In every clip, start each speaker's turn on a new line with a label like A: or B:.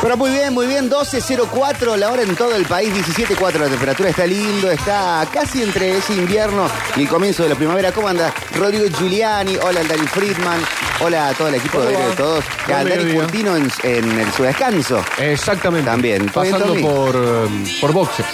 A: Bueno, muy bien, muy bien. 12.04 la hora en todo el país, 17.4 la temperatura. Está lindo, está casi entre ese invierno y el comienzo de la primavera. ¿Cómo anda? Rodrigo Giuliani, hola Dani Friedman, hola a todo el equipo de Diario de Todos.
B: Buen
A: A Dani
B: mediodía.
A: Curtino en, en el- su descanso.
B: Exactamente.
A: También.
B: Pasando
A: Tommy?
B: por, eh, por boxes.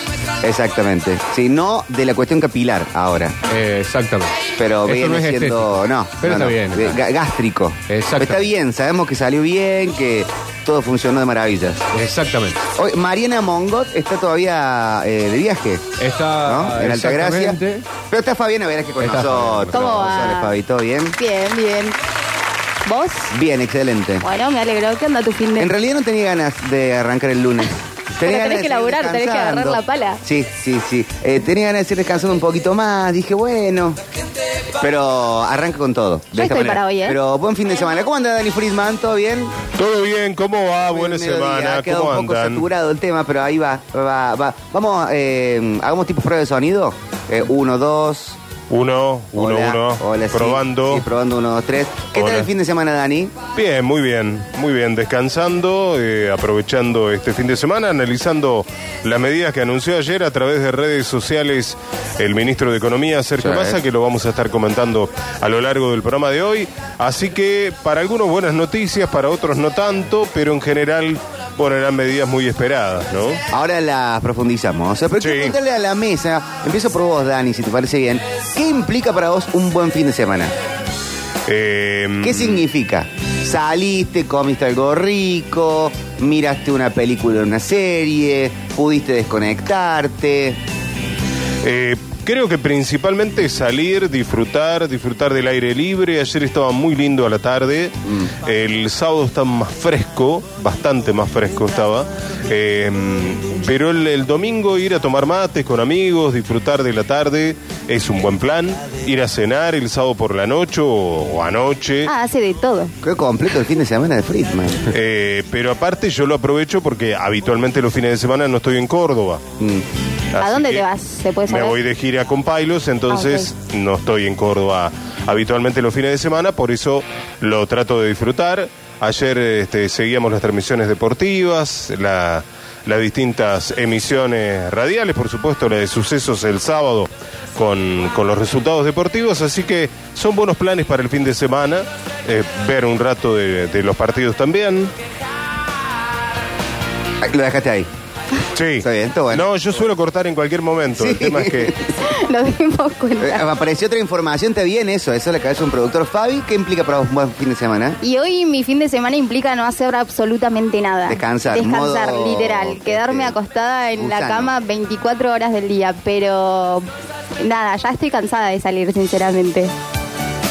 A: Exactamente. Sí, no de la cuestión capilar ahora.
B: Eh, exactamente.
A: Pero
B: Esto
A: viene
B: no es
A: siendo.
B: estético.
A: No,
B: Pero
A: no,
B: está
A: no.
B: bien, está
A: Ga- Gástrico.
B: Exacto.
A: Está bien, sabemos que salió bien, que todo funcionó de maravillas.
B: Exactamente.
A: Hoy, Mariana Mongot está todavía eh, de viaje.
B: Está
C: Ah,
A: ¿no? En Altagracia.
B: exactamente.
A: Pero está Fabiana Verás que con
B: Está
A: nosotros.
B: Fabiana.
C: ¿Cómo va?
A: Sale, Fabi, ¿todo bien?
C: Bien, bien. ¿Vos?
A: Bien, excelente.
C: Bueno, me alegro. ¿Qué anda tu fin de
A: En realidad no tenía ganas de arrancar el lunes.
C: Pero tenés
A: de
C: que
A: seguir
C: laburar, tenés que
A: descansando.
C: agarrar la pala.
A: Sí, sí, sí. Eh, tenía ganas de ir descansando un poquito más. Dije, bueno. Pero arranca con todo. de esta
C: Yo estoy
A: manera.
C: para hoy, ¿eh?
A: Pero buen fin de semana. ¿Cómo anda Dani Friedman? ¿Todo bien?
D: Todo bien, ¿cómo va? Buena
A: Mediodía.
D: semana,
A: Ha quedado
D: Ah, ¿cómo
A: un poco
D: andan?
A: saturado el tema, pero ahí va. va, va. Vamos, eh, hagamos tipo prueba de sonido. Eh, uno, dos.
D: Uno, uno,
A: hola,
D: uno.
A: hola, sí.
D: probando.
A: Sí, probando uno, dos, tres. ¿Qué tal
D: Hola.
A: el fin de semana, Dani?
D: Bien, muy bien, muy bien. Descansando, eh, aprovechando este fin de semana, analizando las medidas que anunció ayer a través de redes sociales el ministro de Economía, Sergio
A: Sí.
D: Massa, que lo vamos a estar comentando a lo largo del programa de hoy. Así que para algunos buenas noticias, para otros no tanto, pero en general, bueno, eran medidas muy esperadas, ¿no?
A: Ahora las profundizamos. Eh, Pero
D: Sí.
A: quiero preguntarle a la mesa, empiezo por vos, Dani, si te parece bien. ¿Qué implica para vos un buen fin de semana?
D: Eh,
A: ¿Qué significa? ¿Saliste, comiste algo rico, miraste una película o una serie, pudiste desconectarte?
D: Eh, creo que principalmente salir, disfrutar, disfrutar del aire libre. Ayer estaba muy lindo a la tarde. El sábado está más fresco, bastante más fresco estaba. Eh, pero el, el domingo ir a tomar mates con amigos, disfrutar de la tarde, es un buen plan. Ir a cenar el sábado por la noche o, o anoche.
C: Ah, hace de todo.
A: Creo completo el fin de semana de Friedman.
D: Eh, pero aparte yo lo aprovecho porque habitualmente los fines de semana no estoy en Córdoba.
A: Mm.
C: ¿A
D: Así
C: dónde
D: que
C: te vas? ¿Se puede
D: Me
C: saber?
D: voy de gira con Pailos, entonces no estoy en Córdoba habitualmente los fines de semana, por eso lo trato de disfrutar. Ayer este, seguíamos las transmisiones deportivas, la- las distintas emisiones radiales, por supuesto, la de sucesos el sábado con, con los resultados deportivos, así que son buenos planes para el fin de semana, eh, ver un rato de, de los partidos también.
A: Ah, Lo dejaste ahí.
D: Sí.
A: Está bien, está bueno.
D: No, yo suelo cortar en cualquier momento, el tema es que...
C: Nos dimos
A: Eh,
C: cuenta.
A: apareció otra información, te viene eso, eso es la cabeza de un productor. Fabi, ¿qué implica para vos un buen fin de semana?
C: Y hoy mi fin de semana implica no hacer absolutamente nada.
A: Descansar,
C: Descansar,
A: modo,
C: literal. Quedarme
A: este,
C: acostada en la
A: gusano.
C: cama 24 horas del día. Pero nada, ya estoy cansada de salir, sinceramente.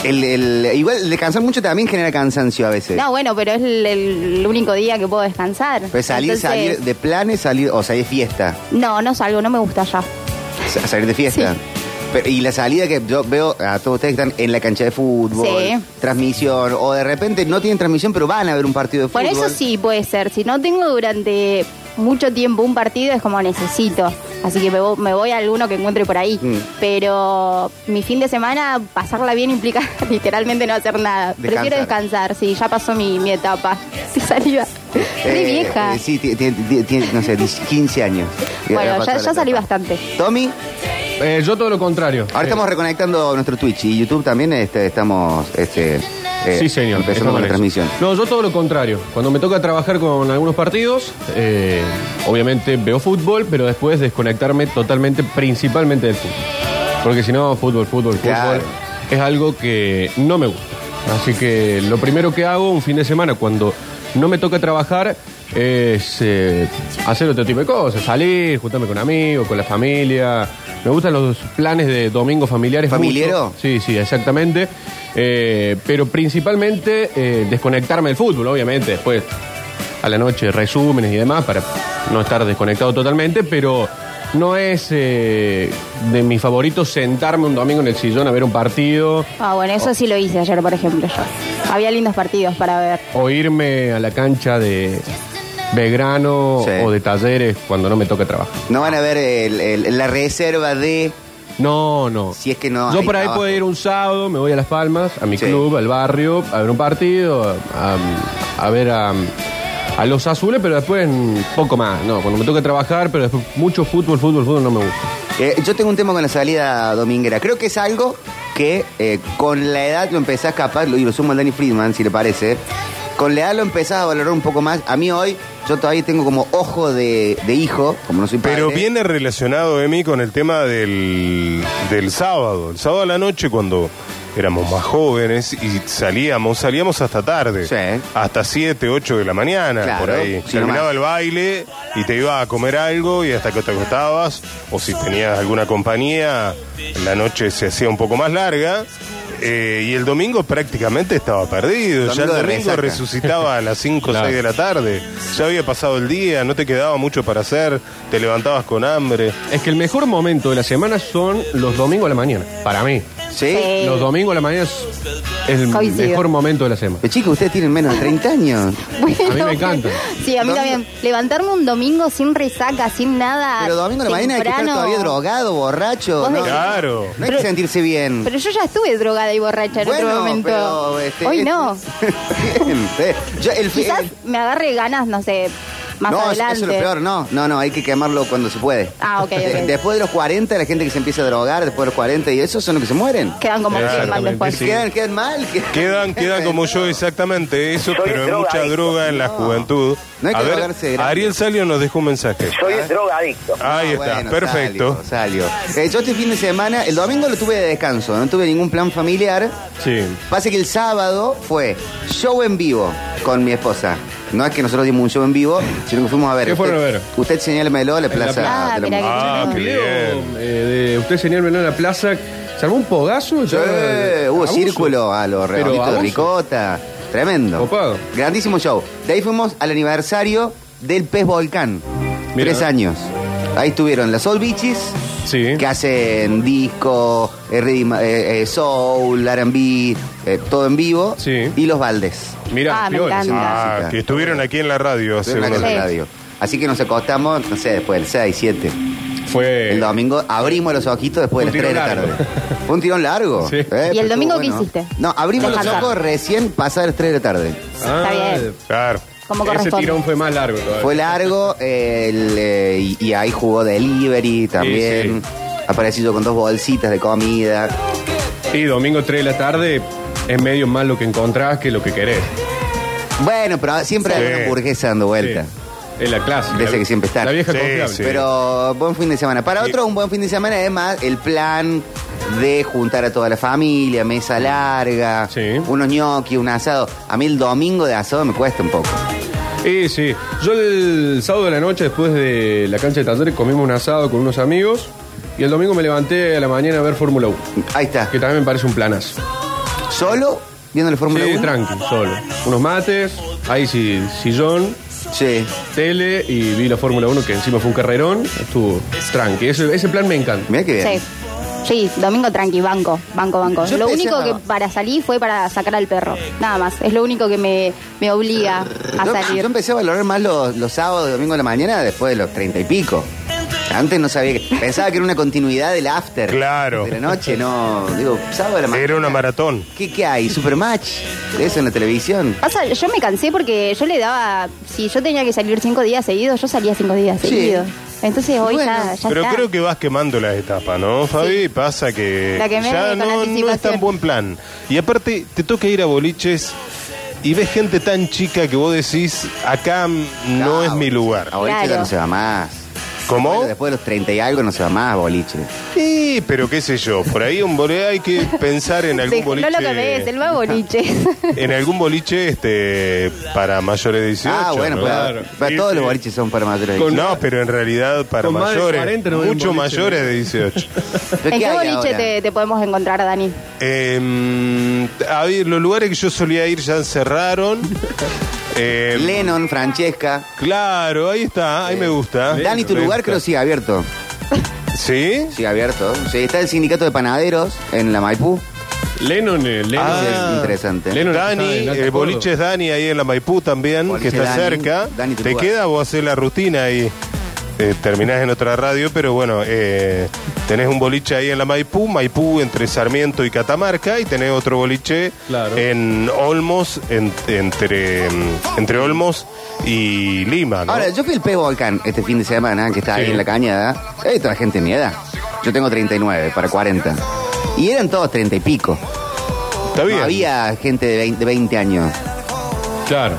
A: El, el- igual el descansar mucho también genera cansancio a veces.
C: No, bueno, pero es el, el único día que puedo descansar.
A: Pues salir,
C: Entonces,
A: salir de planes, salir, o salir de fiesta.
C: No, no salgo, no me gusta ya.
A: Sa- Salir de fiesta.
C: Sí.
A: Pero- y la salida que yo veo a todos ustedes que están en la cancha de fútbol,
C: Sí.
A: transmisión, o de repente no tienen transmisión, pero van a ver un partido de fútbol.
C: Bueno, eso sí puede ser. Si no tengo durante mucho tiempo un partido, es como necesito. Así que me vo- me voy a alguno que encuentre por ahí.
A: Mm.
C: Pero mi fin de semana, pasarla bien implica literalmente no hacer nada. Prefiero descansar, sí, ya pasó mi, mi etapa de salida. Re
A: Eh,
C: vieja.
A: eh, sí, ti- ti- ti- tiene, no sé, 15 años.
C: bueno,
A: pasó
C: ya,
A: la
C: ya salí
A: etapa.
C: bastante.
A: Tommy,
B: Eh, yo todo lo contrario.
A: ahora
B: Eh,
A: estamos reconectando nuestro Twitch y YouTube también este, estamos... Este, eh,
B: Sí, señor.
A: Empezamos con la
B: estamos en eso.
A: transmisión.
B: No, yo todo lo contrario. Cuando me toca trabajar con algunos partidos, eh, obviamente veo fútbol, pero después desconectarme totalmente, principalmente del fútbol. Porque si no, fútbol, fútbol, fútbol
A: Claro.
B: es algo que no me gusta. Así que lo primero que hago un fin de semana cuando no me toca trabajar es eh, hacer otro tipo de cosas, salir, juntarme con amigos, con la familia. Me gustan los planes de domingo familiares. mucho.
A: ¿Familiero?
B: Sí, sí, exactamente. Eh, pero principalmente eh, desconectarme del fútbol, obviamente. Después, a la noche, resúmenes y demás, para no estar desconectado totalmente, pero no es eh, de mis favoritos sentarme un domingo en el sillón a ver un partido
C: Ah, bueno, eso
A: Oh.
C: sí lo hice ayer, por ejemplo. yo. Había lindos partidos para ver.
B: o irme a la cancha de Belgrano
A: Sí.
B: o de talleres cuando no me toca trabajar.
A: No van a ver el- el- la reserva de...
B: No, no.
A: Si es que no
B: Yo
A: hay
B: por ahí
A: trabajo.
B: puedo ir un sábado, me voy a Las Palmas, a mi
A: Sí.
B: club, al barrio, a ver un partido, a, a ver a, a los azules, pero después mm, poco más. No, cuando me toca trabajar, pero después mucho fútbol, fútbol, fútbol no me gusta.
A: Eh, yo tengo un tema con la salida dominguera. Creo que es algo que eh, con la edad lo empezás capaz, lo- y lo sumo al Danny Friedman, si le parece. Con la edad lo empezás a valorar un poco más. A mí hoy, yo todavía tengo como ojo de, de hijo, como no soy padre.
D: Pero viene relacionado, Emi, con el tema del, del sábado. El sábado a la noche, cuando éramos más jóvenes y salíamos, salíamos hasta tarde.
A: Sí.
D: Hasta 7, 8 de la mañana,
A: Claro,
D: por ahí.
A: sí,
D: Terminaba
A: nomás.
D: el baile y te iba a comer algo y hasta que te acostabas, o si tenías alguna compañía, la noche se hacía un poco más larga. Eh, y el domingo prácticamente estaba perdido. ya el
A: Domingo de
D: domingo
A: resaca.
D: resucitaba a las 5 o
B: Claro.
D: 6 de la tarde. Ya había pasado el día, no te quedaba mucho para hacer, te levantabas con hambre.
B: Es que el mejor momento de la semana son los domingos a la mañana, para mí.
A: ¿Sí?
C: Sí.
B: Los domingos a la mañana es el
C: Eh. Coincido.
B: mejor momento de la semana.
A: Pero chicos, ustedes tienen menos de 30 años.
B: A mí me encanta.
C: Sí, a mí
A: Domingo-
C: también. Levantarme un domingo sin resaca, sin nada.
A: Pero domingo a la mañana hay que estar
C: Ah, temprano.
A: todavía drogado, borracho.
C: Vos
A: No,
C: decís-
D: Claro.
A: no hay que sentirse bien.
C: Pero yo ya estuve drogada y borracha en
A: Bueno,
C: otro momento.
A: pero, este,
C: Hoy
A: este-
C: no.
A: Bien, eh. Yo, el-
C: Quizás
A: eh,
C: me agarre ganas, no sé, más
A: no, eso es
C: adelante.
A: lo peor, no, no, no, hay que quemarlo cuando se puede.
C: Ah, ok, ok.
A: De- Después de los 40, la gente que se empieza a drogar, después de los 40, y esos son los que se mueren.
C: Quedan como
D: Claro,
C: queman después.
B: sí.
A: Quedan, quedan mal. Quedan,
D: Quedan, quedan como yo exactamente eso,
E: Soy
D: pero hay mucha
E: drogadicto.
D: droga en la
A: No.
D: juventud.
A: No hay que
D: a ver,
A: drogarse de grande.
D: Ariel Salio nos dejó un mensaje.
E: Soy el drogadicto.
D: Ahí
A: Ah,
D: está,
A: bueno,
D: perfecto.
A: Salió, salió. Eh, yo este fin de semana, el domingo lo tuve de descanso, no tuve ningún plan familiar.
B: Sí.
A: Pasa que el sábado fue show en vivo con mi esposa. No es que nosotros dimos un show en vivo, sino que fuimos a ver.
B: ¿Qué fueron
A: Usted-
B: a ver?
A: Usted señálmelo, la plaza.
B: plaza.
A: de la
C: Ah, mirá
A: Mujer.
D: Ah,
C: qué
D: qué
B: Leo,
D: bien.
B: eh, de usted, señor Menor en la plaza, se armó un pogazo.
A: Sí,
B: ya-
A: hubo
B: eh, abuso.
A: círculo a los
B: Pero
A: redonditos de
B: abuso.
A: ricota. Tremendo.
B: Copado.
A: Grandísimo show. De ahí fuimos al aniversario del Pez Volcán.
B: Mira.
A: Tres años. Ahí estuvieron las Soul Beaches,
B: Sí.
A: que hacen disco, eh, rhythm, eh, eh, soul, R&B, eh, todo en vivo.
B: Sí.
A: Y los Valdés.
B: Mira,
C: Ah, me
B: piola, sí.
C: encanta.
D: Ah, que estuvieron aquí en la radio hace
A: Estuvieron acá
D: unos
A: en la
C: Sí.
A: radio. Así que nos acostamos, no sé, después del 6, 7.
B: Fue.
A: El domingo abrimos los ojitos después de
B: Eh. Un
A: las 3 de la
B: tirón
A: tarde.
B: largo.
A: Fue un tirón largo. Eh,
B: Sí.
A: pero
C: ¿Y el domingo
A: estuvo
C: qué hiciste?
A: No, abrimos los
C: Descansar.
A: ojos recién pasadas las 3 de la tarde.
B: Ah,
C: Está bien.
D: Claro.
C: Como
B: Ese
C: corresponde.
B: tirón fue más largo. todavía.
A: Fue largo eh, el, eh, y, y ahí jugó delivery también. Aparecí yo con dos bolsitas de comida.
B: Sí, domingo 3 de la tarde es medio más lo que encontrás que lo que querés.
A: Bueno, pero siempre
D: Sí.
A: hay una hamburguesa dando vuelta.
B: Sí. Es la clase.
A: De esa que siempre está.
B: La vieja
D: Sí,
B: confiable.
D: sí.
A: Pero buen fin de semana. Para
D: Sí.
A: otro, un buen fin de semana, además, el plan de juntar a toda la familia, mesa larga,
B: Sí.
A: unos ñoquis, un asado. A mí el domingo de asado me cuesta un poco.
B: Sí, sí. Yo el sábado de la noche, después de la cancha de talleres, comimos un asado con unos amigos. Y el domingo me levanté a la mañana a ver Fórmula 1.
A: Ahí está.
B: Que también me parece un planazo.
A: ¿Solo? ¿Viendo la Fórmula
B: Sí,
A: 1?
B: tranqui, solo. Unos mates, ahí sí, sillón,
A: Sí.
B: tele y vi la Fórmula 1 que encima fue un carrerón. Estuvo tranqui. Ese, ese plan me encanta.
A: Mira qué bien.
C: Sí. Sí, domingo tranqui, banco, banco, banco.
A: Yo
C: lo
A: pensé-
C: único que para salir fue para sacar al perro, nada más. Es lo único que me, me obliga a
A: Yo- Yo,
C: salir.
A: empecé a valorar más los, los sábados, domingo de la mañana, después de los treinta y pico. Antes no sabía que. Pensaba que era una continuidad del after.
D: Claro.
A: De la noche, no. Digo, sábado de la mañana.
D: Era una maratón.
A: ¿Qué, qué hay? ¿Supermatch? ¿Eso en la televisión?
C: Pasa, yo me cansé porque yo le daba, si yo tenía que salir cinco días seguidos, yo salía cinco días
A: Sí.
C: seguidos. Entonces hoy
A: Bueno.
C: ya, ya
D: Pero
C: está.
D: creo que vas quemando las etapas, ¿no, Fabi?
C: Sí.
D: Pasa que,
C: La quemé
D: ya
C: con
D: no, no es
C: anticipación.
D: tan buen plan. Y aparte, te toca ir a boliches y ves gente tan chica que vos decís, acá mm, no es mi lugar.
A: A boliche
C: Claro.
A: ya no se va más.
D: ¿Cómo?
A: Bueno, después de los treinta y algo no se va más a boliche.
D: Sí, pero qué sé yo, por ahí un boliche hay que pensar en algún
C: Sí,
D: boliche.
C: No lo que me es, el más boliche.
D: En algún boliche este para mayores de 18.
A: ah, bueno,
D: ¿no?
A: pues,
B: Claro.
A: pero todos
D: Sí,
A: los
D: sí.
A: boliches son para mayores. de
B: Con-
D: No, pero en realidad para
B: Con más de
D: mayores,
B: 40 no hay un
D: mucho
B: boliche,
D: mayores
B: ¿no?
D: de 18.
A: 18.
C: ¿En qué
A: hay
C: boliche
A: ahora?
C: te, te podemos encontrar, Dani?
D: Eh, a ver, los lugares que yo solía ir ya cerraron. Eh,
A: Lennon, Francesca.
D: claro, ahí está, ahí me gusta.
A: Dani, tu
D: Me
A: lugar
D: gusta.
A: creo sigue abierto.
D: ¿Sí?
A: Sigue abierto. Sí, está el sindicato de panaderos en la Maipú.
B: Lennon, eh, Lennon.
D: Ah,
A: Es interesante.
B: Lennon
D: Dani,
B: está en Alta
D: el
B: Córdoba.
D: boliche es Dani ahí en la Maipú también,
A: Boliche
D: que está
A: Dani,
D: cerca.
A: Dani, tu
D: ¿Te
A: lugar.
D: queda o haces la rutina ahí? eh, terminás en otra radio, pero bueno, eh, tenés un boliche ahí en la Maipú, Maipú entre Sarmiento y Catamarca, y tenés otro boliche
B: Claro.
D: en Olmos, en- entre, mm, entre Olmos y Lima. ¿no?
A: Ahora, yo fui el pez volcán este fin de semana, que está ahí
B: Sí.
A: en la cañada. Hay toda gente de mi edad. Yo tengo 39 para 40. Y eran todos 30 y pico.
D: Está bien.
A: No había gente de 20, de 20 años
B: Claro.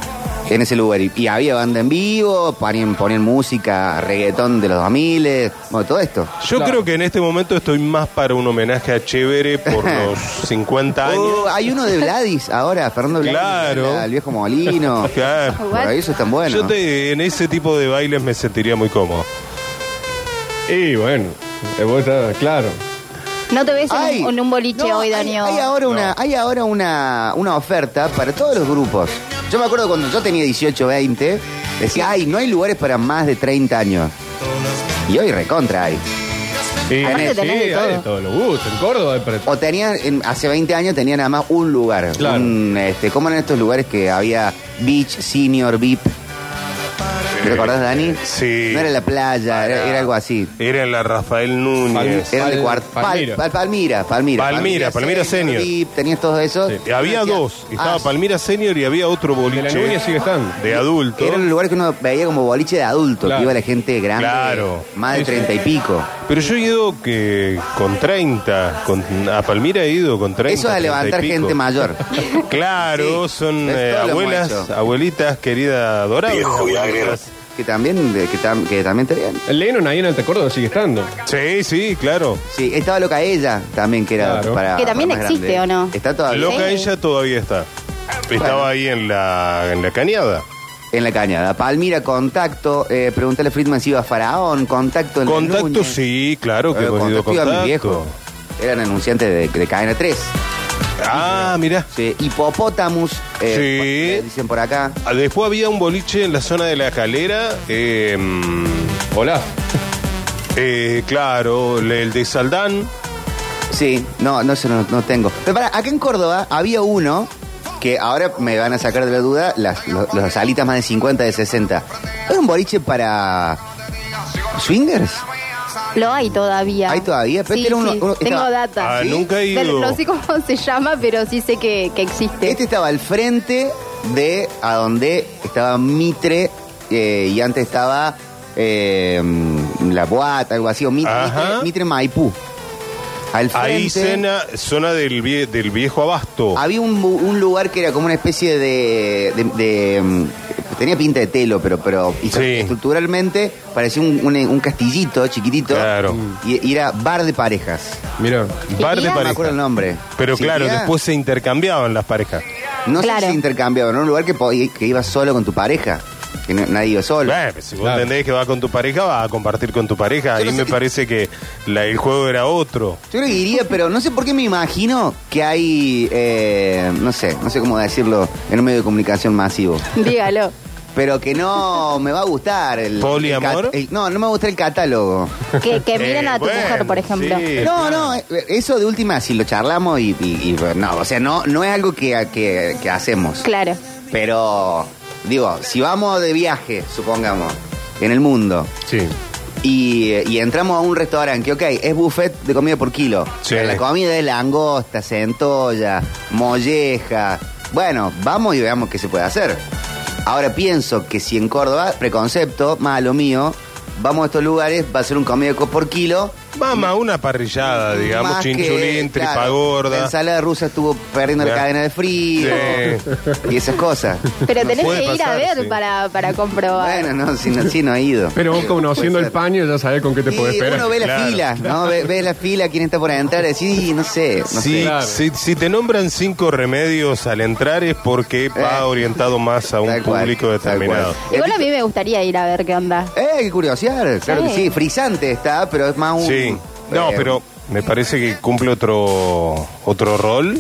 A: en ese lugar. Y, y había banda en vivo, ponían, ponían música, reggaetón de los 2000, bueno, todo esto.
D: Yo
B: Claro.
D: creo que en este momento estoy más para un homenaje a Chévere por los 50 años.
A: Oh, hay uno de Vladis ahora, Fernando Vladis.
D: Claro.
A: El viejo Molino.
D: Claro.
A: Por ahí eso es tan Oh. bueno.
D: Yo te- en ese tipo de bailes me sentiría muy cómodo.
B: Y bueno, eh, vos estás- claro.
C: No te ves en un-
A: Ay,
C: en, un boliche
A: no,
C: hoy,
A: hay-
C: Daniel.
A: Hay, ahora, una, hay ahora una, una oferta para todos los grupos. Yo me acuerdo cuando yo tenía 18, 20, decía, ay, no hay lugares para más de 30 años. Y hoy recontra hay.
B: Y,
C: Aparte
B: sí,
C: tenés de
B: hay de
C: todo.
B: todos los gustos. En Córdoba hay para-
A: O tenían, en- hace 20 años tenían nada más un lugar.
B: Claro.
A: Un, este, ¿Cómo eran estos lugares que había beach, senior, VIP? ¿Te acordás, Dani?
D: Eh, Sí.
A: No era la playa, era, era algo así.
D: Era en la Rafael Núñez.
A: Era de
B: Pal-
A: cuart- Pal-
B: Palmira.
A: Pal- Palmira, Palmira.
D: Palmira, Palmira Senior.
A: VIP, tenías todo eso.
B: Sí.
D: Eh, Había dos. Estaba
A: Ah,
D: Palmira Senior y había otro
B: De
D: boliche.
B: la Núñez sigue estando.
D: De adulto.
A: Era un lugar que uno veía como boliche de adulto,
B: Claro.
A: que iba la gente grande,
D: Claro.
A: más de treinta y pico.
D: Pero yo he ido que con 30. con- a Palmira he ido con 30.
A: Eso es a
D: 30 y
A: levantar
D: pico.
A: gente mayor.
D: Claro,
A: Sí,
D: son
A: es
D: eh,
A: todo lo
D: abuelas,
A: mucho.
D: abuelitas, querida Dorada.
A: que también, de- que, tam- que también tenían.
B: El Lennon ahí en Alta Córdoba sigue estando.
D: Sí, sí, claro.
A: Sí, estaba loca ella también, que era
B: Claro.
A: para.
C: Que también
A: para más
C: existe,
A: grande.
C: ¿o no?
A: Está todavía
D: Loca
C: Sí.
D: ella todavía está. Estaba
A: Bueno.
D: ahí en la, en la cañada.
A: en la cañada. Palmira, contacto. Eh, preguntale a Friedman si iba a Faraón. Contacto en la
D: Contacto,
A: Núñez.
D: sí, claro que
A: Eh,
D: hemos ido
A: contacto iba mi viejo.
D: contacto.
A: Eran anunciantes de, de cadena 3.
D: Ah, mirá.
A: Sí, Hipopótamus. eh, eh,
D: Sí.
A: Dicen por acá.
D: Ah, Después había un boliche en la zona de la calera. eh,
B: Hola.
D: eh, claro, le- el de Saldán.
A: Sí, no, no, eso no, no tengo. Pero para, acá en Córdoba había uno que ahora me van a sacar de la duda, las, lo- las alitas más de 50, de 60. Era un boliche para swingers.
C: Lo hay todavía.
A: Hay todavía, pero
C: Sí,
A: era uno-
C: sí,
A: uno-
C: Tengo
A: estaba-
C: data.
D: Ah, nunca he
C: Pero
D: ido.
C: No sé cómo se llama, pero sí sé que, que existe.
A: Este estaba al frente de a donde estaba Mitre eh, y antes estaba eh, La Boata, algo así, o Mitre,
D: Ajá.
A: Mitre- Mitre Maipú. Al frente. Ah,
D: Ahí cena, zona del, vie- del viejo abasto.
A: Había un, bu- un lugar que era como una especie de. de- de, mm, tenía pinta de telo, pero, pero y-
D: Sí.
A: estructuralmente parecía un, un- un castillito chiquitito.
D: Claro.
A: Y, y era bar de parejas.
B: Mira.
D: Bar de
C: Silvia?
A: No me acuerdo el
D: pareja.
A: nombre.
D: Pero
A: Silvia,
D: claro, después se intercambiaban las parejas.
A: No sé
C: Claro.
A: si intercambiaban, era un lugar que, po- que ibas solo con tu pareja. Que no- nadie iba solo.
D: Bueno, pues, si vos
B: Claro.
D: entendés que va con tu pareja, va a compartir con tu pareja.
A: Yo
D: Ahí
A: no sé
D: me
A: qué-
D: parece que la- el juego era otro.
A: Yo creo que iría, pero no sé por qué me imagino que hay. eh, no sé, no sé cómo decirlo en un medio de comunicación masivo.
C: Dígalo.
A: Pero que no me va a gustar el.
D: ¿Poliamor?
A: el cat- el- no, no me gusta el catálogo.
C: Que, que miren
D: Eh,
C: a tu
D: bueno,
C: mujer, por ejemplo.
D: sí.
A: No, no, eh, eso de última, si lo charlamos y, y- y, no, o sea, no, no es algo que, que- que hacemos.
C: Claro.
A: Pero, digo, si vamos de viaje, supongamos, en el mundo,
B: Sí.
A: y, y entramos a un restaurante que, ok, es buffet de comida por kilo,
D: Sí.
A: pero la comida es langosta, centolla, molleja, bueno, vamos y veamos qué se puede hacer. Ahora pienso que si en Córdoba, preconcepto, más a lo mío, vamos a estos lugares, va a ser un comida por kilo,
D: Mamá, una parrillada, digamos,
A: más
D: chinchulín,
A: que,
D: tripa
A: claro, La
D: gorda.
A: ensalada rusa estuvo perdiendo la
D: Claro.
A: cadena de frío y esas cosas.
C: Pero tenés
D: puede
C: que ir
D: pasar,
C: a ver
D: sí.
C: para, para comprobar.
A: Bueno, no, si no, si no he ido.
B: Pero vos conociendo el paño ya sabés con qué te
A: Y
B: podés esperar.
A: uno ve la
D: Claro.
A: fila, ¿no? Ve, ve la fila, quién está por entrar, decís, "Y no sé, no
D: Sí,
A: sé.
B: Claro.
D: si, si te nombran cinco remedios al entrar es porque va orientado más a un
A: Eh. Tal cual,
D: público
A: tal cual.
D: determinado.
C: Igual a mí me gustaría ir a ver qué onda.
A: Eh, qué curiosidad, claro
C: Sí.
A: que sí, frisante está, pero es más un...
D: Sí. No,
A: eh,
D: pero me parece que cumple otro otro rol.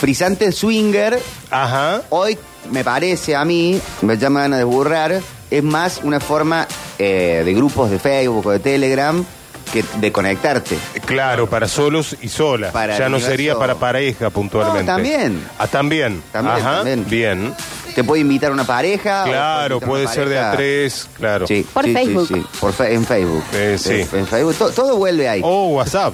A: Frisante swinger,
D: Ajá.
A: hoy me parece a mí, me llaman a desburrar, es más una forma eh, de grupos de Facebook o de Telegram que de conectarte.
D: Claro, para solos y solas.
A: Para
D: ya
A: el
D: no
A: universo-
D: sería para pareja puntualmente.
A: No, también.
D: Ah, también.
A: También,
D: Ajá.
A: también.
D: Bien.
A: Te puede invitar una pareja. o
D: Claro,
A: puede
D: puede
A: invitar
D: ser de
A: una
D: a
A: pareja.
D: tres, claro.
A: Sí,
C: Por
A: sí, sí,
C: Facebook.
A: sí. Por fe- en Facebook.
D: Eh, sí.
A: En Facebook. To- todo vuelve ahí.
D: O WhatsApp.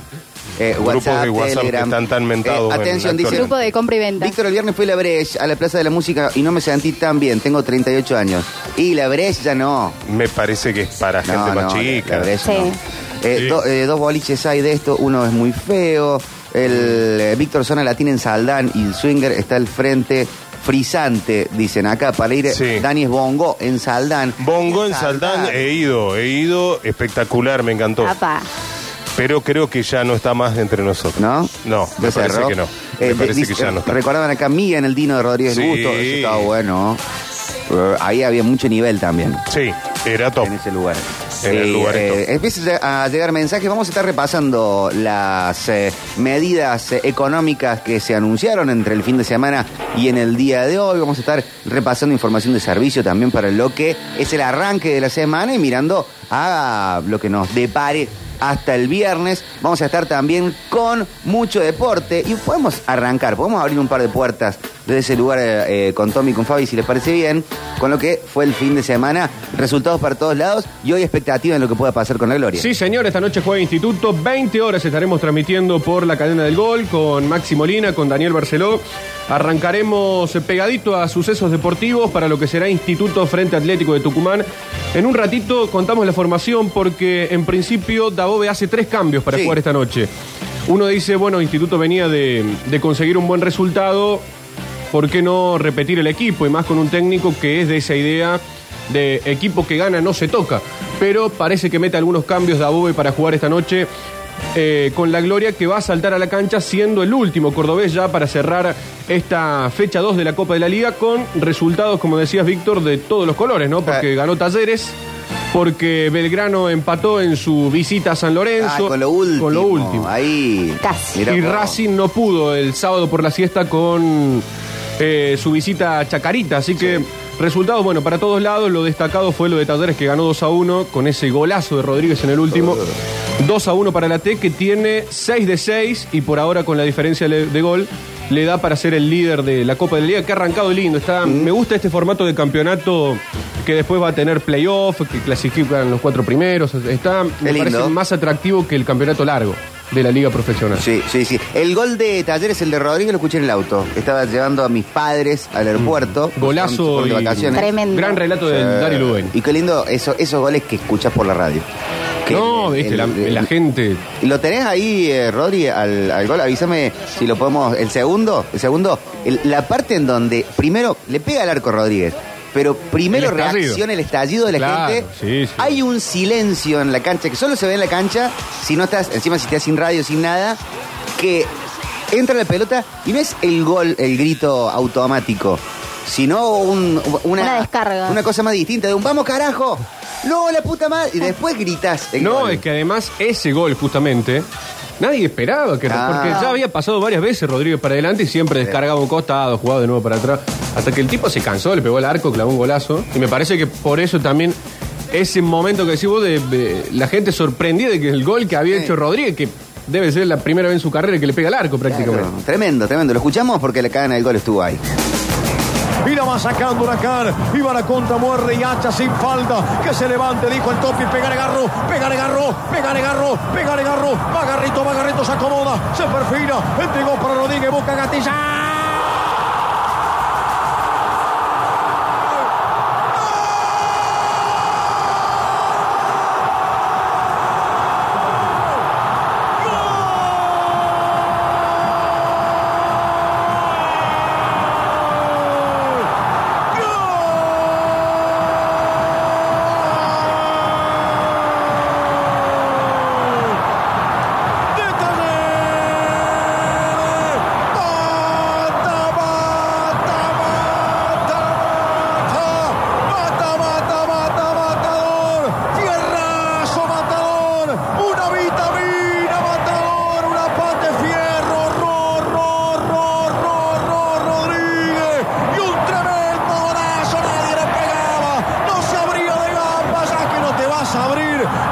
A: Eh,
D: grupos de WhatsApp que
A: Telegram.
D: están tan mentados
A: Eh,
D: en
A: atención,
D: la
A: dice.
D: actualidad.
C: Grupo de compra y venta.
A: Víctor, el viernes fui a la Breche, a la Plaza de la Música, y no me sentí tan bien. Tengo 38 años. Y la Breche ya no.
D: Me parece que es para gente
A: no,
D: más
A: no,
D: chica.
A: la Breche
C: Sí.
A: no. Eh,
D: Sí.
A: do- eh, dos boliches hay de esto. Uno es muy feo.
D: Mm.
A: El eh, Víctor Zona Latina en Saldán y el Swinger está al frente. Frisante, dicen acá, para ir.
D: Sí.
A: Dani es Bongo en Saldán.
D: Bongo en Saldán, eh, he ido, he ido, espectacular, me encantó.
C: Apa.
D: Pero creo que ya no está más entre nosotros.
A: ¿No?
D: No, me
A: Ya
D: parece
A: cerró.
D: que no.
A: Eh,
D: Me
A: de-
D: parece que
A: dice-
D: ya no está.
A: Recordaban acá Mía en el Dino de Rodríguez
D: Sí.
A: Gusto. Eso estaba bueno. Eh, ahí había mucho nivel también.
D: Sí, era top.
A: En ese lugar.
D: Oh. En el
A: Sí,
D: lugarito.
A: eh, empiezan a llegar mensajes. Vamos a estar repasando las eh, medidas eh, económicas que se anunciaron entre el fin de semana y en el día de hoy. Vamos a estar repasando información de servicio también para lo que es el arranque de la semana y mirando a lo que nos depare hasta el viernes. Vamos a estar también con mucho deporte y podemos arrancar, podemos abrir un par de puertas desde ese lugar eh, eh, con Tommy y con Fabi, si les parece bien, con lo que fue el fin de semana, resultados para todos lados y hoy expectativa en lo que pueda pasar con la gloria.
B: Sí, señor, esta noche juega Instituto. 20 horas estaremos transmitiendo por la cadena del gol con Maxi Molina, con Daniel Barceló. Arrancaremos pegadito a sucesos deportivos para lo que será Instituto Frente Atlético de Tucumán. En un ratito contamos la formación porque en principio Dabobe hace tres cambios para
A: Sí.
B: jugar esta noche. Uno dice, bueno, Instituto venía de, de conseguir un buen resultado, ¿por qué no repetir el equipo? Y más con un técnico que es de esa idea de equipo que gana no se toca. Pero parece que mete algunos cambios de Above para jugar esta noche. eh, con la gloria que va a saltar a la cancha siendo el último cordobés ya para cerrar esta fecha 2 de la Copa de la Liga con resultados, como decías Víctor, de todos los colores, ¿no?
A: Eh.
B: Porque ganó Talleres, porque Belgrano empató en su visita a San Lorenzo.
A: Ah, con lo último.
B: Con lo último.
A: Ahí.
C: Casi.
A: Mirá
B: Y
A: vos.
B: Racing no pudo el sábado por la siesta con eh, su visita a Chacarita. Así que resultados, bueno, para todos lados. Lo destacado fue lo de Talleres que ganó 2 a 1 con ese golazo de Rodríguez en el último. 2 a 1 para la T que tiene 6 de 6 y por ahora con la diferencia le- de gol le da para ser el líder de la Copa de la Liga que ha arrancado lindo. Está,
A: Mm.
B: Me gusta este formato de campeonato que después va a tener playoff, que clasifican los cuatro primeros. Está, me
A: Qué
B: parece
A: lindo.
B: más atractivo que el campeonato largo de la Liga Profesional.
A: Sí, sí, sí. El gol de Talleres, el de Rodríguez, lo escuché en el auto. Estaba llevando a mis padres al aeropuerto. Estaban, se
B: Mm. Golazo
A: fueron
B: y
A: de vacaciones. Eh,
C: Tremendo.
B: gran relato de Dario Lubein.
A: Y qué lindo eso- esos goles que escuchas por la radio. Que
B: No,
A: el-
B: viste,
A: el-
B: la,
A: el-
B: la gente.
A: ¿Lo tenés ahí, eh, Rodri, al, al gol? Avísame si lo podemos. El segundo, el segundo, el- la parte en donde primero le pega al arco Rodríguez, pero primero
B: El estallido.
A: reacciona el estallido de la
B: Claro,
A: gente.
B: sí, sí.
A: Hay un silencio en la cancha que solo se ve en la cancha si no estás, encima si estás sin radio, sin nada, que entra la pelota y no es el gol, el grito automático. Sino un- una,
C: Una descarga.
A: Una cosa más distinta, de un vamos carajo. No, la puta madre. Y después gritas. el
B: No,
A: gol.
B: es que además ese gol, justamente, nadie esperaba que.
A: Ah.
B: Porque ya había pasado varias veces Rodríguez para adelante y siempre descargaba un costado, jugaba de nuevo para atrás. Hasta que el tipo se cansó, le pegó al arco, clavó un golazo. Y me parece que por eso también. Ese momento que decís vos de, de- la gente sorprendida de que el gol que había hecho Rodríguez, que debe ser la primera vez en su carrera que le pega al arco prácticamente.
A: Claro, tremendo, tremendo. Lo escuchamos porque la cadena del gol estuvo ahí.
E: Y la va sacando Huracán. Iba la contra, muerde y hacha sin falta. Que se levante, dijo el topi. Pegar garro, pegar garro, pegar garro, pegar garro. Va Garrito, va Garrito, se acomoda, se perfila. Entregó para Rodríguez, busca Gatilla. de Taller.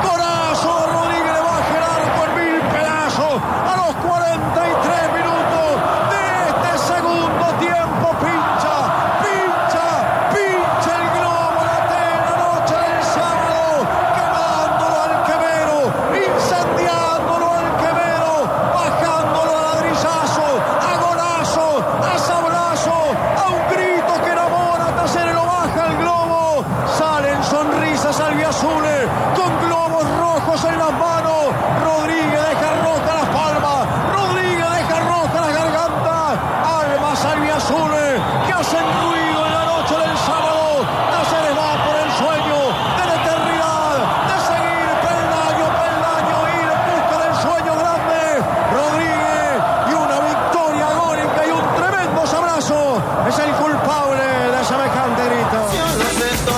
E: ¡Gol Ah, este los albiazules que hacen ruido en la noche del sábado. No se les va por el sueño de la eternidad, de seguir peldaño, peldaño, ir en busca del sueño grande. Rodríguez y una victoria agónica y un tremendo abrazo es el culpable de semejante grito.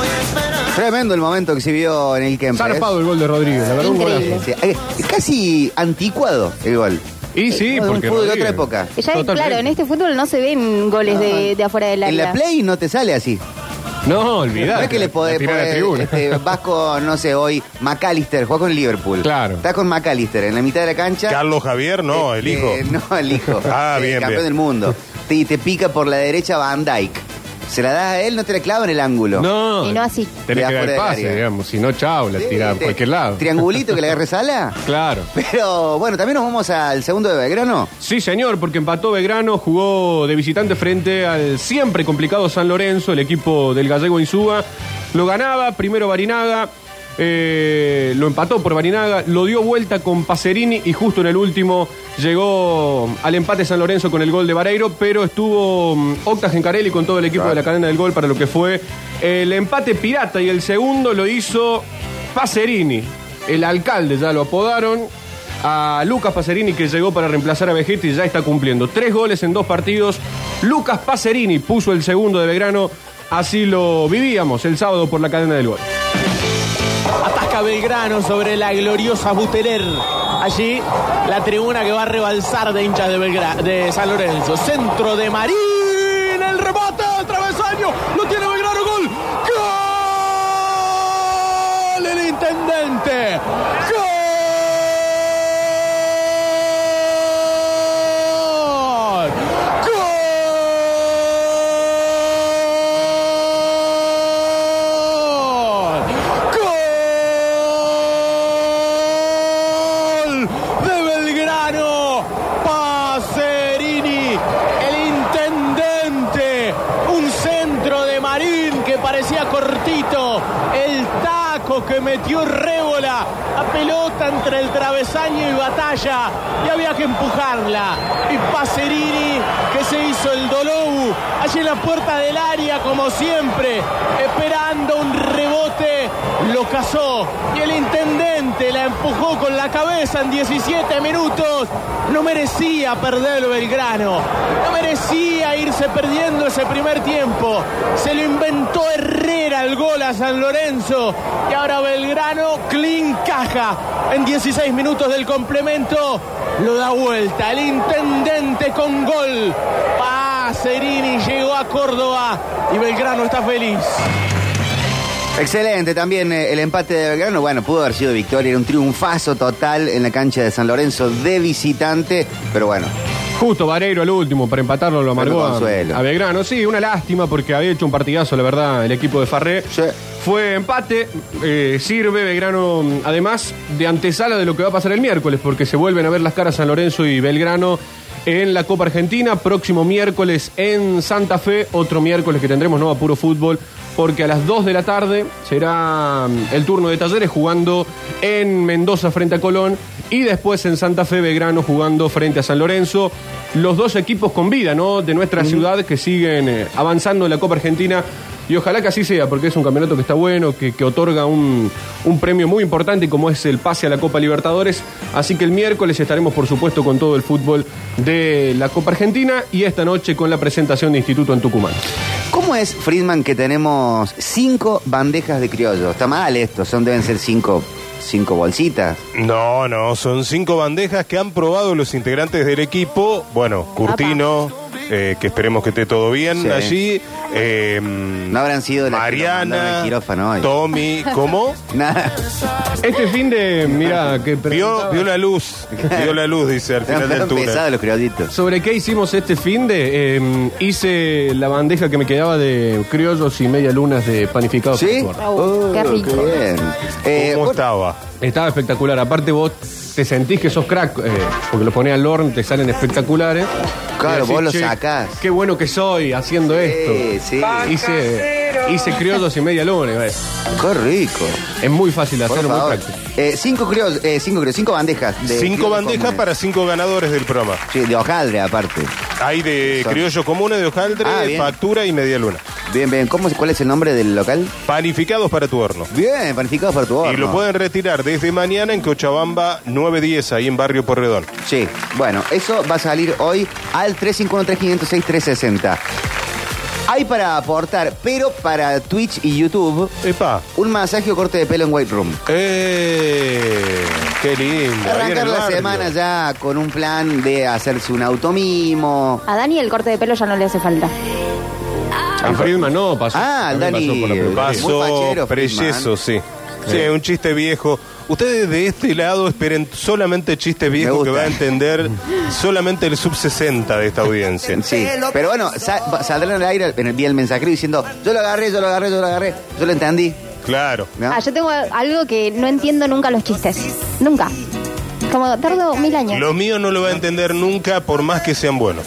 A: Tremendo el momento que se vio en el Kempes.
B: Zarpado el gol de Rodríguez, la verdad, un
C: Increíble.
B: golazo.
A: Sí, eh, Casi anticuado el gol.
B: Y
A: Es
B: sí,
A: Eh, un
B: porque.
A: fútbol de otra
B: Rodríguez-
A: época.
C: Ya,
B: Totalmente.
C: claro, en este fútbol no se ven goles de, de afuera del
A: En
C: área.
A: la Play no te sale así.
C: este-
B: No,
A: No
B: olvidar.
A: es que le podés poner este, vas con, no sé, hoy McAllister, juega con Liverpool.
B: Claro.
A: Estás con McAllister en la mitad de la cancha.
D: Carlos Javier, no,
A: Eh,
D: el hijo.
A: eh, no, el hijo.
D: Ah,
A: Eh,
D: bien,
A: Campeón
D: bien.
A: del mundo. Te- Y te, pica por la derecha Van Dyke. Se la das a él, no te la clava en el ángulo.
B: No.
C: Y no así.
B: Tenés
A: Queda
B: que dar el
A: fuera del
B: pase,
A: área.
B: digamos. Si no, chao, la
A: Sí,
B: tirás a
A: te-
B: cualquier lado.
A: Triangulito que le agarre sala.
B: Claro.
A: Pero bueno, también nos vamos al segundo de Belgrano.
B: Sí, señor, porque empató Belgrano, jugó de visitante frente al siempre complicado San Lorenzo, el equipo del gallego Insúa. Lo ganaba, primero Barinaga, eh, lo empató por Barinaga, lo dio vuelta con Pacerini y justo en el último llegó al empate San Lorenzo con el gol de Vareiro, pero estuvo mm, Octa Gencarelli con todo el equipo de la cadena del gol para lo que fue el empate pirata y el segundo lo hizo Pacerini, el alcalde ya lo apodaron a Lucas Pacerini que llegó para reemplazar a Vegetti y ya está cumpliendo. Tres goles en dos partidos. Lucas Pacerini puso el segundo de Belgrano. Así lo vivíamos el sábado por la cadena del gol.
F: Ataca Belgrano sobre la gloriosa Buteler. Allí la tribuna que va a rebalsar de hinchas de, Belgra- de San Lorenzo. Centro de Marín. El rebote del travesaño. Lo tiene Belgrano. Gol. Gol. El intendente. Gol. Gol. Gol de Belgrano. Pacerini, el intendente. Un centro de Marín que parecía cortito. El taco que metió Rébola. La pelota entre el travesaño y batalla. Y había que empujarla. Y Pacerini que se hizo el Dolou. Allí en la puerta del área, como siempre. Esperando un rebote. Lo cazó. Y el intendente la empujó con la cabeza en 17 minutos. No merecía perder Belgrano. No merecía irse perdiendo ese primer tiempo. Se lo inventó Herrera el gol a San Lorenzo. Y ahora Belgrano, clean caja. En 16 minutos del complemento lo da vuelta. El intendente con gol. Pacerini llegó a Córdoba y Belgrano está feliz.
A: Excelente también eh, el empate de Belgrano. Bueno, pudo haber sido victoria, era un triunfazo total en la cancha de San Lorenzo de visitante, pero bueno,
B: Justo Vareiro al último para empatarlo lo amargó
A: Pero
B: a,
A: consuelo.
B: a Belgrano. Sí, una lástima porque había hecho un partidazo, la verdad, el equipo de Farré.
A: Sí.
B: Fue empate, eh, sirve Belgrano mm, además de antesala de lo que va a pasar el miércoles porque se vuelven a ver las caras San Lorenzo y Belgrano en la Copa Argentina. Próximo miércoles en Santa Fe, otro miércoles que tendremos no a puro fútbol porque a las 2 de la tarde será mm, el turno de Talleres jugando en Mendoza frente a Colón y después en Santa Fe Belgrano jugando frente a San Lorenzo. Los dos equipos con vida, ¿no? De nuestra ciudad que siguen eh, avanzando en la Copa Argentina. Y ojalá que así sea, porque es un campeonato que está bueno, que, que otorga un, un premio muy importante como es el pase a la Copa Libertadores. Así que el miércoles estaremos, por supuesto, con todo el fútbol de la Copa Argentina y esta noche con la presentación de Instituto en Tucumán.
A: ¿Cómo es, Friedman, que tenemos cinco bandejas de criollo? Está mal esto, son deben ser cinco, cinco bolsitas.
D: No, no, son cinco bandejas que han probado los integrantes del equipo. Bueno, Curtino, eh, que esperemos que esté todo bien
A: Sí.
D: allí. eh,
A: No habrán sido las que nos mandaron
D: Mariana,
A: al quirófano hoy.
D: Tommy, ¿cómo?
A: Nada.
B: Este fin de. Mira, que.
D: Vio, vio la luz, vio la luz, dice al final del
A: Están
D: túnel.
A: pesados los criollitos.
B: ¿Sobre qué hicimos este fin de? Eh, hice la bandeja que me quedaba de criollos y media lunas de panificado.
A: ¿Sí? Oh,
B: con
C: Raúl, qué rico.
A: bien. Eh,
D: ¿Cómo
A: bueno,
D: estaba?
B: Estaba espectacular. Aparte vos te sentís que sos crack, eh, porque lo ponés al horno, te salen espectaculares.
A: Claro,
B: Y decís,
A: vos lo
B: "Che,
A: sacás".
B: Qué bueno que soy haciendo
A: Sí,
B: esto.
A: eh, sí.
B: Hice, hice criollos y media luna. y ves,
A: Qué rico.
B: Es muy fácil de
A: Por
B: hacer, muy
A: favor.
B: práctico.
A: Eh, cinco criollos, eh, cinco criollos, cinco bandejas. de
D: Cinco
A: criollos
D: bandejas
A: comunes.
D: para cinco ganadores del programa.
A: Sí, de hojaldre aparte.
D: Hay de
A: Son-
D: criollo comunes, de hojaldre,
A: Ah, bien.
D: factura y media luna.
A: Bien, bien. ¿Cómo, se- ¿Cuál es el nombre del local?
D: Panificados para tu horno.
A: Bien, panificados para tu horno.
D: Y lo pueden retirar desde mañana en Cochabamba 910, ahí en Barrio Porredón.
A: Sí, bueno, eso va a salir hoy al 351-3506-360. Hay para aportar, pero para Twitch y YouTube,
D: ¡Epa!
A: un masaje o corte de pelo en White Room.
D: ¡Eh! ¡Qué lindo! Ahí en
A: Arrancar
D: el
A: la
D: barrio.
A: semana ya con un plan de hacerse un automimo.
C: A Dani el corte de pelo ya no le hace falta.
B: A Friedman no, pasó.
A: Ah,
B: También
A: Dani.
B: pasó por la peluquería.
A: Vas. Muy fachero,
D: Pasó preyeso, sí. Sí, un chiste viejo. Ustedes de este lado esperen solamente chistes viejos que
A: gusta.
D: va a entender solamente el sub 60 de esta audiencia.
A: Sí, pero bueno, sa- va- saldrán al aire en el día del mensajero diciendo, yo lo agarré, yo lo agarré, yo lo agarré, yo lo entendí.
D: Claro.
A: ¿no?
C: Ah, yo tengo algo que no entiendo nunca los chistes. Nunca. Como tardo mil años.
D: Lo mío no lo va a entender nunca por más que sean buenos.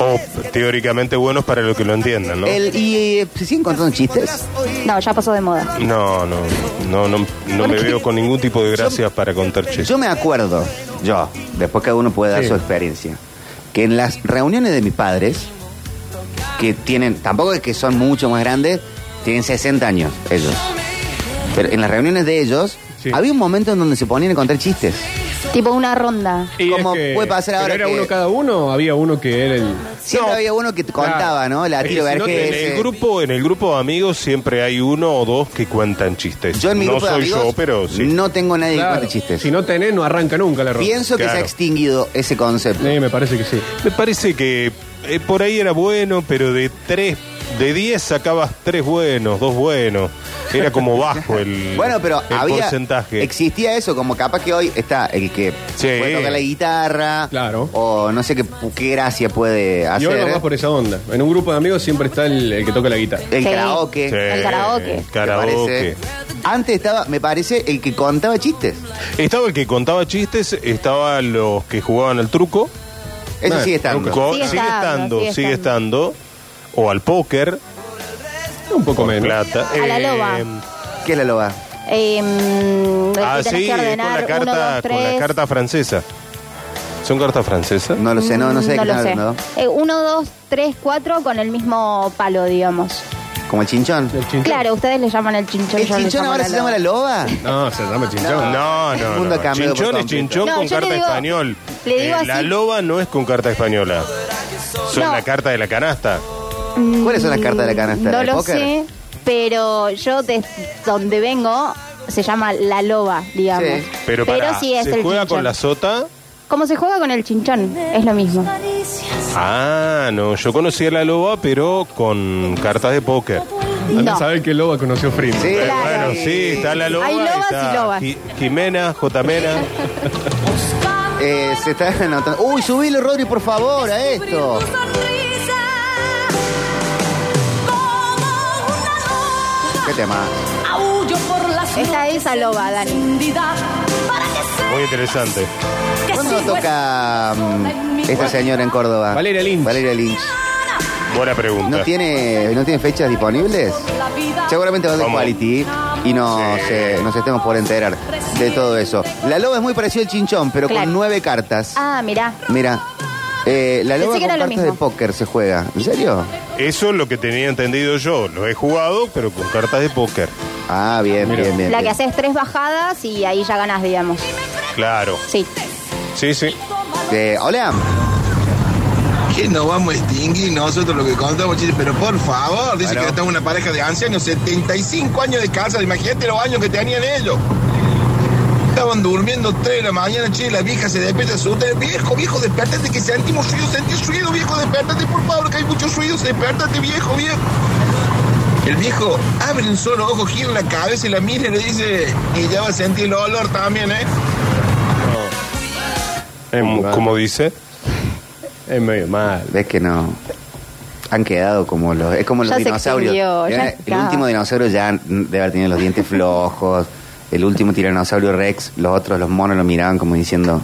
D: O teóricamente buenos para lo que lo entiendan, ¿no?
A: El- ¿Y eh, se siguen contando chistes?
C: No, ya pasó de moda.
D: No, no, no, no, no me veo con ningún tipo de gracias para contar chistes.
A: Yo me acuerdo, yo, después cada uno puede dar
B: Sí.
A: su experiencia, que en las reuniones de mis padres, que tienen, tampoco es que son mucho más grandes, tienen 60 años ellos. Pero en las reuniones de ellos,
B: Sí.
A: había un momento en donde se ponían a contar chistes.
C: Tipo una ronda.
B: Y
A: ¿Cómo
B: es que-
A: puede pasar
B: pero
A: ahora
B: era
A: que-
B: uno cada uno o había uno que era el...
A: Siempre
D: No.
A: había uno que te contaba,
B: Claro.
A: ¿no? La
B: Es que
A: tiro
B: si no
A: Vergés,
D: En
A: eh.
D: el grupo, en el grupo de amigos siempre hay uno o dos que cuentan chistes.
A: Yo en mi
D: no
A: grupo de
D: soy
A: amigos
D: yo, pero sí.
A: no tengo nadie
B: Claro,
A: que cuente chistes.
B: Si no tenés, no arranca nunca la ronda.
A: Pienso que se ha
D: Claro.
A: extinguido ese concepto.
B: Sí, me parece que sí.
D: Me parece que eh, por ahí era bueno, pero de tres, de diez sacabas tres buenos, dos buenos. Era como bajo el,
A: Bueno, pero
D: el
A: había
D: porcentaje.
A: existía eso, como capaz que hoy está el que
D: Sí.
A: puede tocar la guitarra,
B: Claro.
A: o no sé qué, qué gracia puede
B: Y
A: hacer, ¿eh?
B: ahora vas por esa onda. En un grupo de amigos siempre está el, el que toca la guitarra.
A: el
C: Sí.
A: karaoke,
D: Sí,
A: me
C: El karaoke.
D: el karaoke.
A: parece. Antes estaba, me parece, el que contaba chistes.
D: Estaba el que contaba chistes, estaba los que jugaban al truco.
A: Eso
B: Bueno,
A: sigue estando.
D: Co-
C: Sigue
D: sigue
C: estando,
D: estando,
C: sigue
D: sigue estando. O al póker,
B: Un poco menos.
D: plata.
C: A la
D: Eh,
C: loba.
A: ¿Qué es la loba?
C: Eh, mm,
D: Ah,
C: que tenés
D: sí,
C: que
D: con
C: ordenar
D: la,
C: uno, dos,
D: carta, con la
C: tres.
D: carta francesa. ¿Son cartas francesas?
A: No lo sé, no, no sé de
C: Mm,
A: qué
C: lo
A: están
C: sé.
A: hablando.
C: Eh, uno, dos, tres, cuatro con el mismo palo, digamos.
A: Como el chinchón.
B: El chinchón.
C: Claro, ustedes le llaman el chinchón.
A: ¿El
C: yo le
A: chinchón
C: llamo
A: ahora se llama la loba?
B: No, se llama chinchón.
D: No,
A: El
D: no,
A: mundo cambió
D: no.
A: por
D: Chinchón es
A: completo.
D: chinchón
C: No, yo
D: con
C: le
D: carta
C: digo-
D: español. Eh,
C: le digo así.
D: La loba no es con carta española. Son
C: No.
D: la carta de la canasta.
A: ¿Cuáles son las cartas de la canasta?
C: No
A: ¿El
C: lo
A: póker?
C: sé, pero yo de donde vengo se llama la loba, digamos.
A: Sí.
D: Pero, para,
C: sí es
D: se
C: el
D: juega
C: chinchón.
D: con la sota.
C: Como se juega con el chinchón, es lo mismo.
D: Ah, no, yo conocí a la loba, pero con cartas de póker.
B: Andá a
C: No.
B: saber que Loba conoció Friedman.
A: Sí.
D: Eh,
A: Claro.
D: Bueno, sí, está la loba.
C: Hay
D: y
C: lobas
D: está
C: y lobas.
D: Ji- Jimena, Jmena.
A: Eh, se está anotando. Uy, subilo, Rodri, por favor, a esto. ¿Qué tema?
C: Esta es la loba, Dani.
D: Muy interesante.
A: ¿Cuándo toca
C: pues,
A: mm, esta señora en Córdoba?
B: Valeria Lynch. Eh.
A: Valeria Lynch.
D: Buena pregunta.
A: ¿No tiene, ¿No tiene fechas disponibles? Seguramente va de
D: Vamos.
A: quality y no
D: Sí.
A: se- nos estemos por enterar de todo eso. La loba es muy parecida al chinchón, pero
C: Claro.
A: con nueve cartas.
C: Ah, mirá.
A: Mira, eh, la loba
C: Pensé
A: con
C: que era lo
A: cartas de
C: mismo.
A: póker se juega. ¿En serio?
D: Eso es lo que tenía entendido yo. Lo he jugado, pero con cartas de póker.
A: Ah, bien,
B: Mira.
A: bien, bien.
C: La que
A: bien.
C: haces tres bajadas y ahí ya ganás, digamos.
D: Claro.
C: Sí.
D: Sí, sí.
A: Eh, hola.
G: Que no vamos a extinguir nosotros lo que contamos, chiste, pero por favor, dice
A: Bueno.
G: que estamos una pareja de ancianos, 75 años de casa, imagínate los años que tenían ellos. Estaban durmiendo 3 de la mañana, che, la vieja se despierta, se asusta, viejo, viejo, despertate, que sentimos ruido, sentís ruido, viejo, despertate, por favor, que hay muchos ruidos, despertate, viejo, viejo. El viejo abre un solo ojo, gira la cabeza y la mira y le dice, y ya va a sentir el olor también, ¿eh?
B: Es muy
D: Como,
B: mal.
D: Em, como dice.
B: Es medio mal.
A: Ves que no. Han quedado como los. Es como los
C: Ya se
A: dinosaurios.
C: extinguió, ya
A: Eh, el
C: está.
A: último dinosaurio ya mm, debe haber tenido los dientes flojos. El último tiranosaurio Rex, los otros, los monos, lo miraban como diciendo: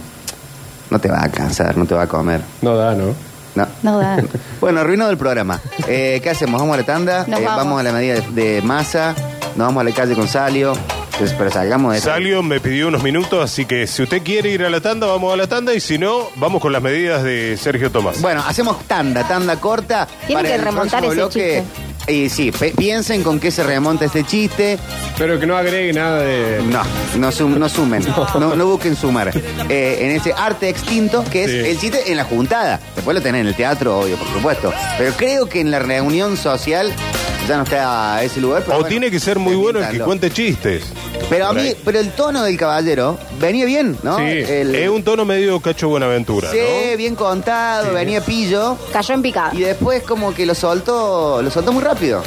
A: No te va a cansar, no te va a comer.
B: No da, ¿no?
A: No.
C: No da.
A: Bueno, arruinado el programa. Eh, ¿Qué hacemos? ¿Vamos a la tanda?
C: Nos
A: Eh,
C: vamos.
A: a la medida de, de masa. Nos vamos a la calle con Salio. Entonces, pero salgamos de esto.
D: Salio me pidió unos minutos, así que si usted quiere ir a la tanda, vamos a la tanda y si no, vamos con las medidas de Sergio Tomás.
A: Bueno, hacemos tanda, tanda corta.
C: Tiene que
A: el
C: remontar
A: próximo
C: ese
A: bloque. Y sí, pe- piensen con qué se remonta este chiste.
B: Pero que no agregue nada de.
A: No, no, sum- no sumen, no, no busquen sumar. Eh, en ese arte extinto, que es
B: Sí.
A: el chiste en la juntada. Después lo tenés en el teatro, obvio, por supuesto. Pero creo que en la reunión social ya no está ese lugar.
D: O tiene que ser muy bueno el que cuente chistes.
A: Pero a
D: Por
A: mí,
D: ahí.
A: pero el tono del caballero venía bien, ¿no?
B: Sí,
A: El-
D: Es un tono medio cacho Buenaventura,
A: Sí,
D: ¿no?
A: bien contado, venía pillo.
C: Cayó en picada.
A: Y después como que lo soltó, lo soltó muy rápido.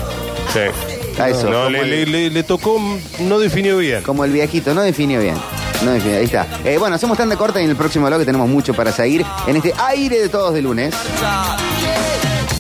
D: Sí.
A: A eso,
D: no,
A: como
D: le,
A: el-
D: le- le- le tocó, no definió bien.
A: Como el viejito, no definió bien. No definió, ahí está. Eh, bueno, hacemos tanda corta y en el próximo que tenemos mucho para seguir en este aire de todos de lunes.